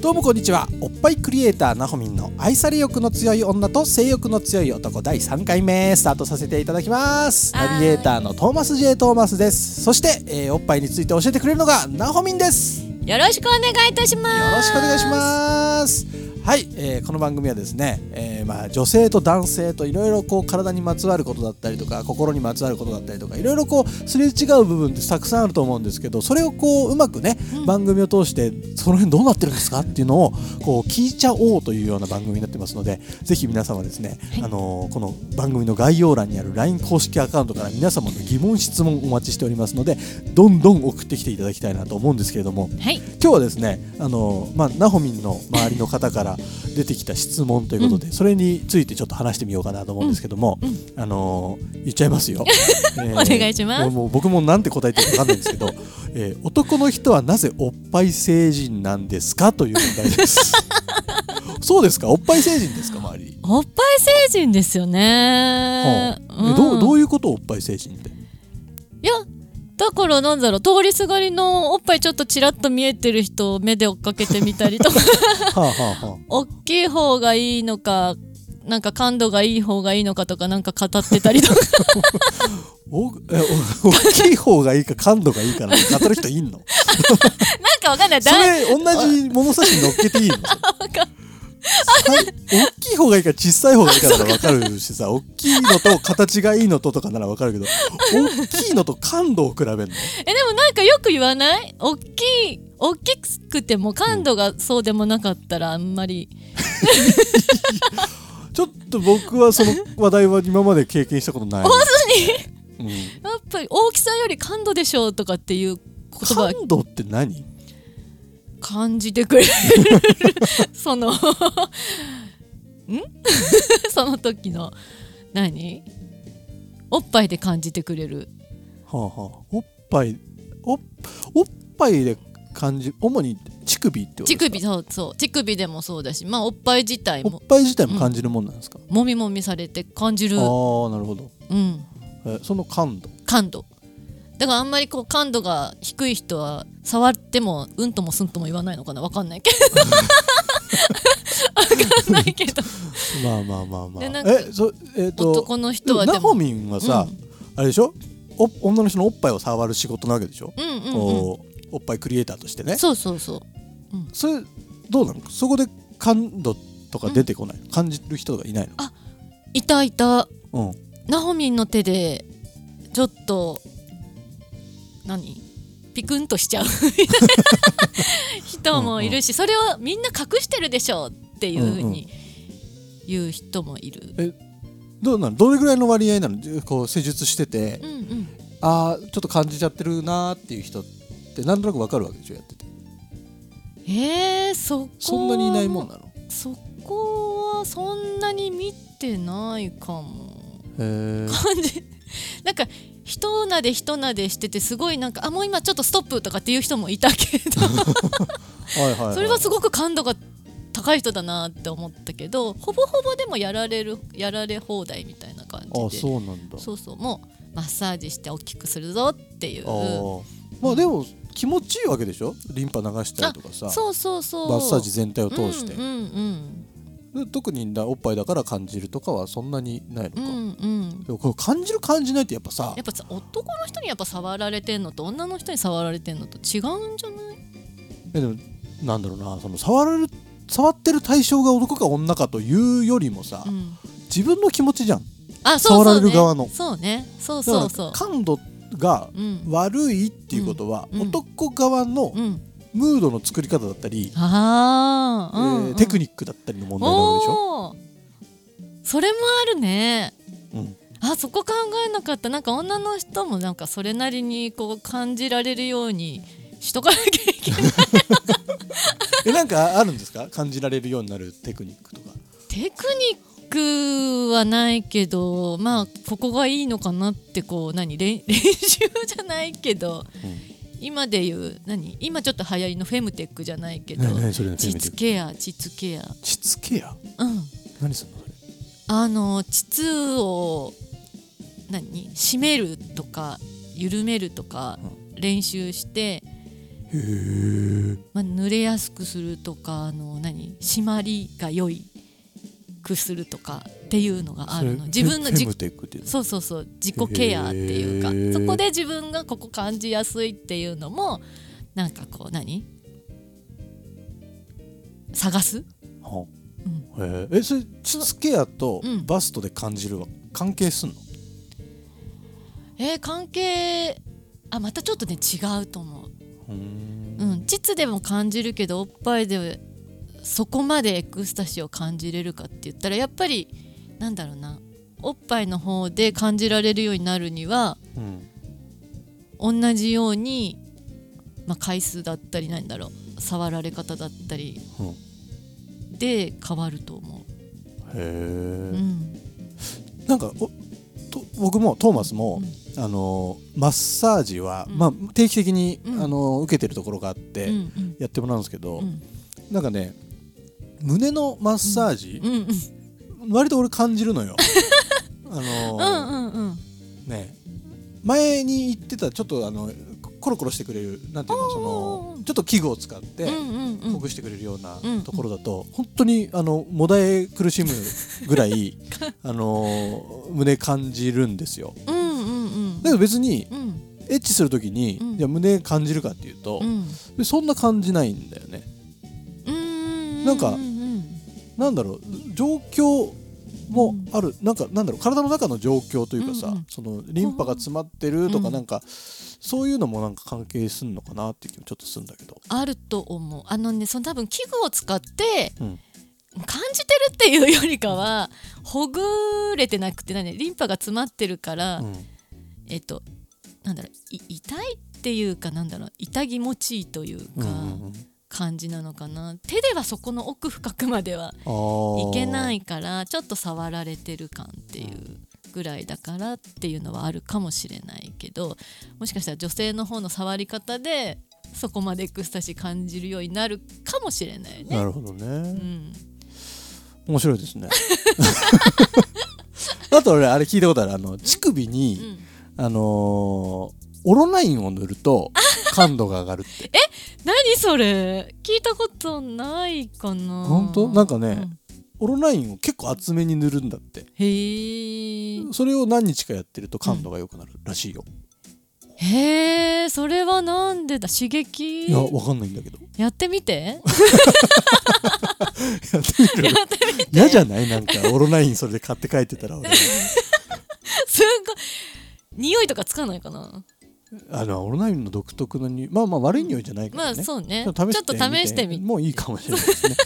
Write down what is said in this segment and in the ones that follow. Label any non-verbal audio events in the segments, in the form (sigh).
どうもこんにちはおっぱいクリエイターなほみんの愛され欲の強い女と性欲の強い男第3回目スタートさせていただきますはいナビゲーターのトーマス J トーマスですそして、えーおっぱいについて教えてくれるのがなほみんですよよろしくお願いいたします。ろしくお願いしす。ますはい、えーこの番組はですね、えーまあ、女性と男性といろいろこう体にまつわることだったりとか心にまつわることだったりとかいろいろこうすれ違う部分ってたくさんあると思うんですけどそれをこううまくね、番組を通してその辺どうなってるんですかっていうのをこう聞いちゃおうというような番組になってますのでぜひ皆様ですね、あのーこの番組の概要欄にある LINE 公式アカウントから皆様の疑問質問お待ちしておりますのでどんどん送ってきていただきたいなと思うんですけれどもはい。今日はですねあのーまあなほみんの周りの方から出てきた質問ということで、それについてちょっと話してみようかなと思うんですけども、あのー言っちゃいます (laughs) よ、えーお願いしますもうもう僕もなんて答えてるかわかんないんですけど、えー男の人はなぜおっぱい成人なんですかという問題です (laughs) そうですかおっぱい成人ですか周り、おっぱい成人ですよねは。あえどうどううんいうことおっぱい成人っていや。だからなんだろう通りすがりのおっぱいちょっとちらっと見えてる人を目で追っかけてみた (laughs) りとかはあはあはあ大きい方がいいのかなんか感度がいい方がいいのかとかなんか語ってた (laughs) りとかおえお (laughs) 大きい方がいいか感度がいいかなんて語る人いんのなんかわかんないそだんれ同じ物差しに乗っけていいのはい大きい方がいいか小さい方がいいかなら分かるしさ大きいのと形がいいのととかなら分かるけど大きいのと感度を比べるのえでもなんかよく言わない大きい大きくても感度がそうでもなかったらあんまりちょっと僕はその話題は今まで経験したことない、うんやっぱり大きさより感度でしょうとかっていう言葉は感度って何感じてくれるその (laughs) んその時の何おっぱいで感じてくれるはあはあ、おっぱいおっおっぱいで感じ主に乳首ってことです乳か首そうそう乳首でもそうだしまあおっぱい自体おっもぱい自体も感じるもんなんですか、もみもみされて感じる、ああなるほどうん、えその感度感度だからあんまりこう感度が低い人は触ってもうんともすんとも言わないのかなわかんないけ (laughs) どわかんないけどまあまあまあまあ。でなんかえ、そえっ、と男の人はででもナホもミンはさ、うあれでしょ？お女の人のおっぱいを触る仕事なわけでしょ？うんうんうんこうおっぱいクリエイターとしてね。そうそうそうそれどうなの？そこで感度とか出てこない？感じる人がいないいたいたの？うん。ナホミンの手でちょっと何ピクンとし (laughs) ちゃうみたいな人もいるしそれはみんな隠してるでしょうっていうふうに言う人もいる。どうなの？どれぐらいの割合なの？こう施術してて、うんうん、ああちょっと感じちゃってるなーっていう人ってなんとなくわかるわけでしょ？やってて。えー、そこはそんなにいないもんなの？そこはそんなに見てないかも。へえ。感じなんか人なで人なでしててすごいなんかあもう今ちょっとストップとかっていう人もいたけどはいはい、はい。それはすごく感度が高い人だなって思ったけどほぼほぼでもやられるやられ放題みたいな感じであそうなんだ。そうそうもうマッサージして大きくするぞっていうああまあでも気持ちいいわけでしょリンパ流したりとかさそうそうそうマッサージ全体を通してうん、うんで特になおっぱいだから感じるとかはそんなにないのうか、んうんうんでもこの感じる感じないってやっぱさやっぱさ男の人にやっぱ触られてんのと女の人に触られてんのと違うんじゃないえでもなんだろうなその触られる触ってる対象が男か女かというよりもさ、うん自分の気持ちじゃんあそ触うそう、ね、られる側のそうねそだうからそうそう感度がうん悪いっていうことは、うんうん男側のうんムードの作り方だったり、ああ、うんえうーんテクニックだったりの問題なわけでしょ、おーそれもあるねうんあそこ考えなかったなんか女の人もなんかそれなりにこう感じられるようにしとかなきゃいけない (laughs) えなんかあるんですか感じられるようになるテクニックとかテクニックはないけどまあここがいいのかなってこう何練練習じゃないけど、うん今でいう何今ちょっと流行りのフェムテックじゃないけどそれ膣ケア膣ケア膣ケアうん何すんのそれあの膣を何締めるとか緩めるとか練習しへて、えまあ、濡れやすくするとかあの何締まりが良いくするとかっていうのがあるの自分の自じ己テックってそうそうそう自己ケアっていうへかーそこで自分がここ感じやすいっていうのもなんかこう何探すはうんあへええそれ膣ケアとうんバストで感じるは関係すんのえー関係あまたちょっとね違うと思ううーんうん、膣でも感じるけどおっぱいでそこまでエクスタシーを感じれるかって言ったらやっぱりなんだろうなおっぱいの方で感じられるようになるにはうん同じように、まあ、回数だったりなんだろう触られ方だったりうんで変わると思う、うへん、えなんかおと僕もトーマスもうんあのマッサージはうんまあ定期的にうんあの受けてるところがあっうんうてんやってもらうんですけどうんなんかね胸のマッサージうん割と俺感じるの (laughs) よあのうんうんうんね前に言ってたちょっとあのコロコロしてくれるなんていうのそうんうのんちょっと器具を使ってうんうんうんほぐしてくれるようなうんところだと本当にあのもだえ苦しむぐら (laughs) いあの胸感じるんですよ。うんうんうんだけど別にうんエッチする時にうんじゃあ胸感じるかっていうとうんそんな感じないんだよね。うんなんかうんうんなんだろう状況もある、なんかなんだろう体の中の状況というかさ、うんうんそのリンパが詰まってるとか、うんなんかそういうのもなんか関係すんのかなっていう気もちょっとするんだけど、あると思うあのねその多分器具を使ってうん感じてるっていうよりかはほぐれてなくて何リンパが詰まってるから、うんえっとなんだろうい痛いっていうかなんだろう痛気持ちいいといううんうかんうん感じなのかな、手ではそこの奥深くまではあーいけないからちょっと触られてる感っていうぐらいだからっていうのはあるかもしれないけどもしかしたら女性の方の触り方でそこまでエクスタシー感じるようになるかもしれないね。なるほどね、うん、面白いです (laughs) ね (laughs) あと俺あれ聞いたことあるあの乳首うに、ん、あのーオロナインを塗る (laughs) と感度が上がるって何それ聞いたことないかなほんとなんかねうんオロナインを結構厚めに塗るんだってへえそれを何日かやってると感度が良くなるらしいよ、へえそれはなんでだ刺激いやわかんないんだけどやってみ (laughs) てやってみるやってみて嫌じゃないなんかオロナインそれで買って帰ってたら俺すごい匂いとかつかないかなあのオロナインの独特のにまあまあ悪い匂いじゃないかまらあね、そうねちちょょっと試っと試してみてもういいかもしれないですね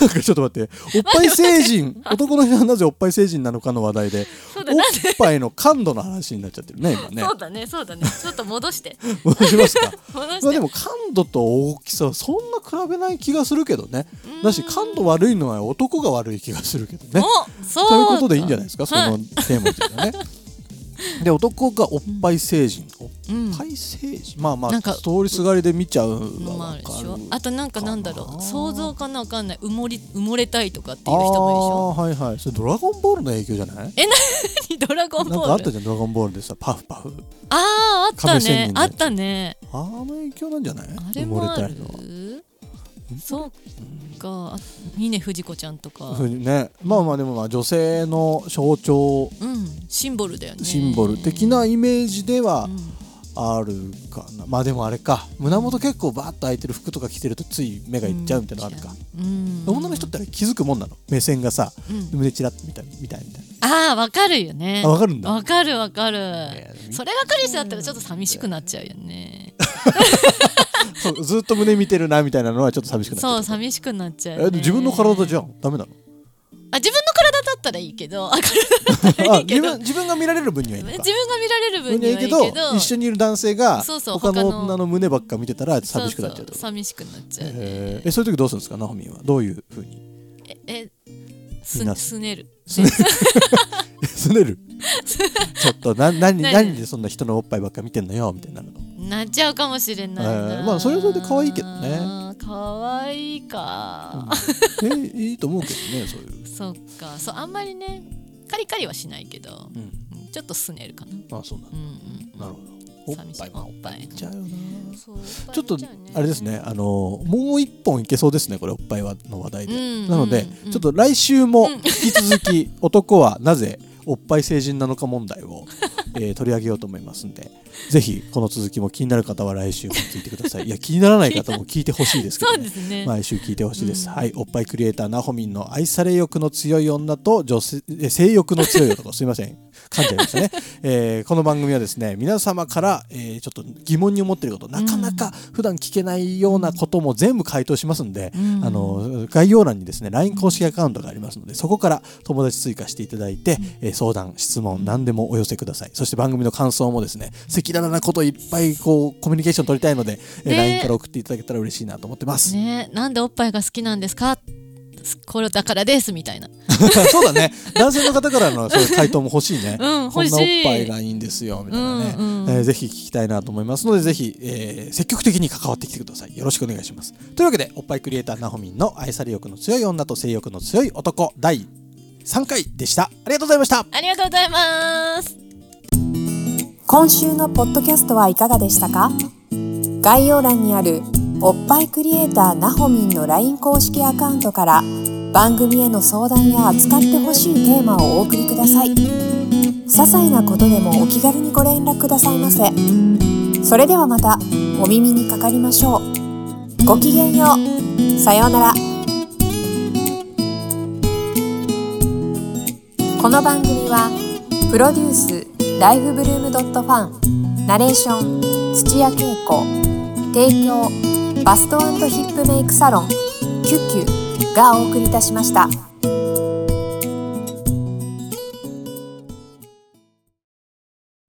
なんかちょっと待っておっ (laughs) ぱい成人男の人はなぜおっぱい成人なのかの話題でそうおだっねぱいの感度の話になっちゃってるね今ね (laughs) そうだねそうだねちょっと戻して戻します (laughs) か戻して、まあでも感度と大きさはそんな比べない気がするけどねだし感度悪いのは男が悪い気がするけどねおそうということでいいんじゃないですか、はそいのテーマという (laughs) のはね。で男がおっぱい成人、おっうんぱい成人まあまあなんかストーリーすがりで見ちゃうのまあは分あるでかしるょあとなんかなんだかろなう想像かなわかんない埋もり埋もれたいとかってあいう人もあーはいはいそれドラゴンボールの影響じゃないいるでしょ (laughs) ドラなゴンんボールかあったじゃんドラゴンボールでさパフパフあーあった亀仙ね人のあやっつたねあの影響なんじゃないあれ埋もれもあたいるのはそうかあ峰不二子ちゃんとかふうにねまあまあでもまあ女性の象徴うんシンボルだよねシンボル的なイメージではうんあるかな、まあでもあれか胸元結構バーッと開いてる服とか着てるとつい目がいっちゃうみたいなのあるか、うん女の人ってあれ気づくもんなの目線がさうん胸ちらっと見たみたいみたいああわかるよねなあわかるんだわかるわかるで (laughs) もそれわかる人だったらちょっと寂しくなっちゃうよねそうずっと胸見てるなみたいなのはちょっと寂しくなっちゃそう寂しくなっちゃう、えね、で (laughs) も自分の体じゃんダメなのあ自分体だったらいい (laughs) けどあ体あいいけ自ど分自分が見られる分にはいいのか自分が見られる分に分にはいはいいいけけどど一緒にいる男性がそうそう他の他の女の胸ばっか見てたら寂しくなっちゃうってこそうそうと寂しくなっちゃうねえーえそういう時どうするんですかナホミンはどういうふう (laughs) に (laughs) ええみんなすすねるすねるちょっとな何何何でそんな人のおっぱいばっか見てんのよみたいになるのなっちゃうかもしれないな、えーまあそれはそれで可愛いけどね可愛いか、うんえいいと思うけどねそういう、そっかそうあんまりねカリカリはしないけどうん、ちょっとすねるかなうんまあそうなんだうんなるほどおっ寂しぱいいまあおっぱいいっちゃうよなそうおっぱいちょっと見ゃうねあれですねあのもう一本いけそうですねこれおっぱいはの話題で、うんなので、うんちょっと来週もうん引き続き男はなぜおっぱい成人なのか問題を、えー取り上げようと思いますんでぜひこの続きも気になる方は来週も聞いてくださいいや気にならない方も聞いてほしいですけど、そうねで、すね、毎週聞いてほしいです、うんはいおっぱいクリエイターなほみんの愛され欲の強い女と女性え性欲の強い男すいません噛んじゃいました (laughs) ね、えーこの番組はですね皆様から、えーちょっと疑問に思っていることなかなか普段聞けないようなことも全部回答しますんで、うんあの概要欄にですね LINE 公式アカウントがありますのでそこから友達追加していただいて、えー相談質問何でもお寄せくださいそして番組の感想もですね赤裸々なこといっぱいこうコミュニケーション取りたいので、えーね LINE から送っていただけたら嬉しいなと思ってます、ねなんでおっぱいが好きなんですかこれだからですみたいな (laughs) そうだね男性の方からのそういう回答も欲しいね、うんこ欲んしいなおっぱいがいいんですよみたいなね、うんうんえーぜひ聞きたいなと思いますのでぜひ、えー積極的に関わってきてくださいよろしくお願いしますというわけでおっぱいクリエイターなほみんの愛され欲の強い女と性欲の強い男第3回でしたありがとうございましたありがとうございます今週のポッドキャストはいかがでしたか概要欄にあるおっぱいクリエイターなほみんの LINE 公式アカウントから番組への相談や扱ってほしいテーマをお送りください些細なことでもお気軽にご連絡くださいませそれではまたお耳にかかりましょうごきげんようさようならこの番組はプロデュースライフブルームドットファンナレーション土屋恵子提供バストヒップメイクサロン「キュッキュ」がお送りいたしました。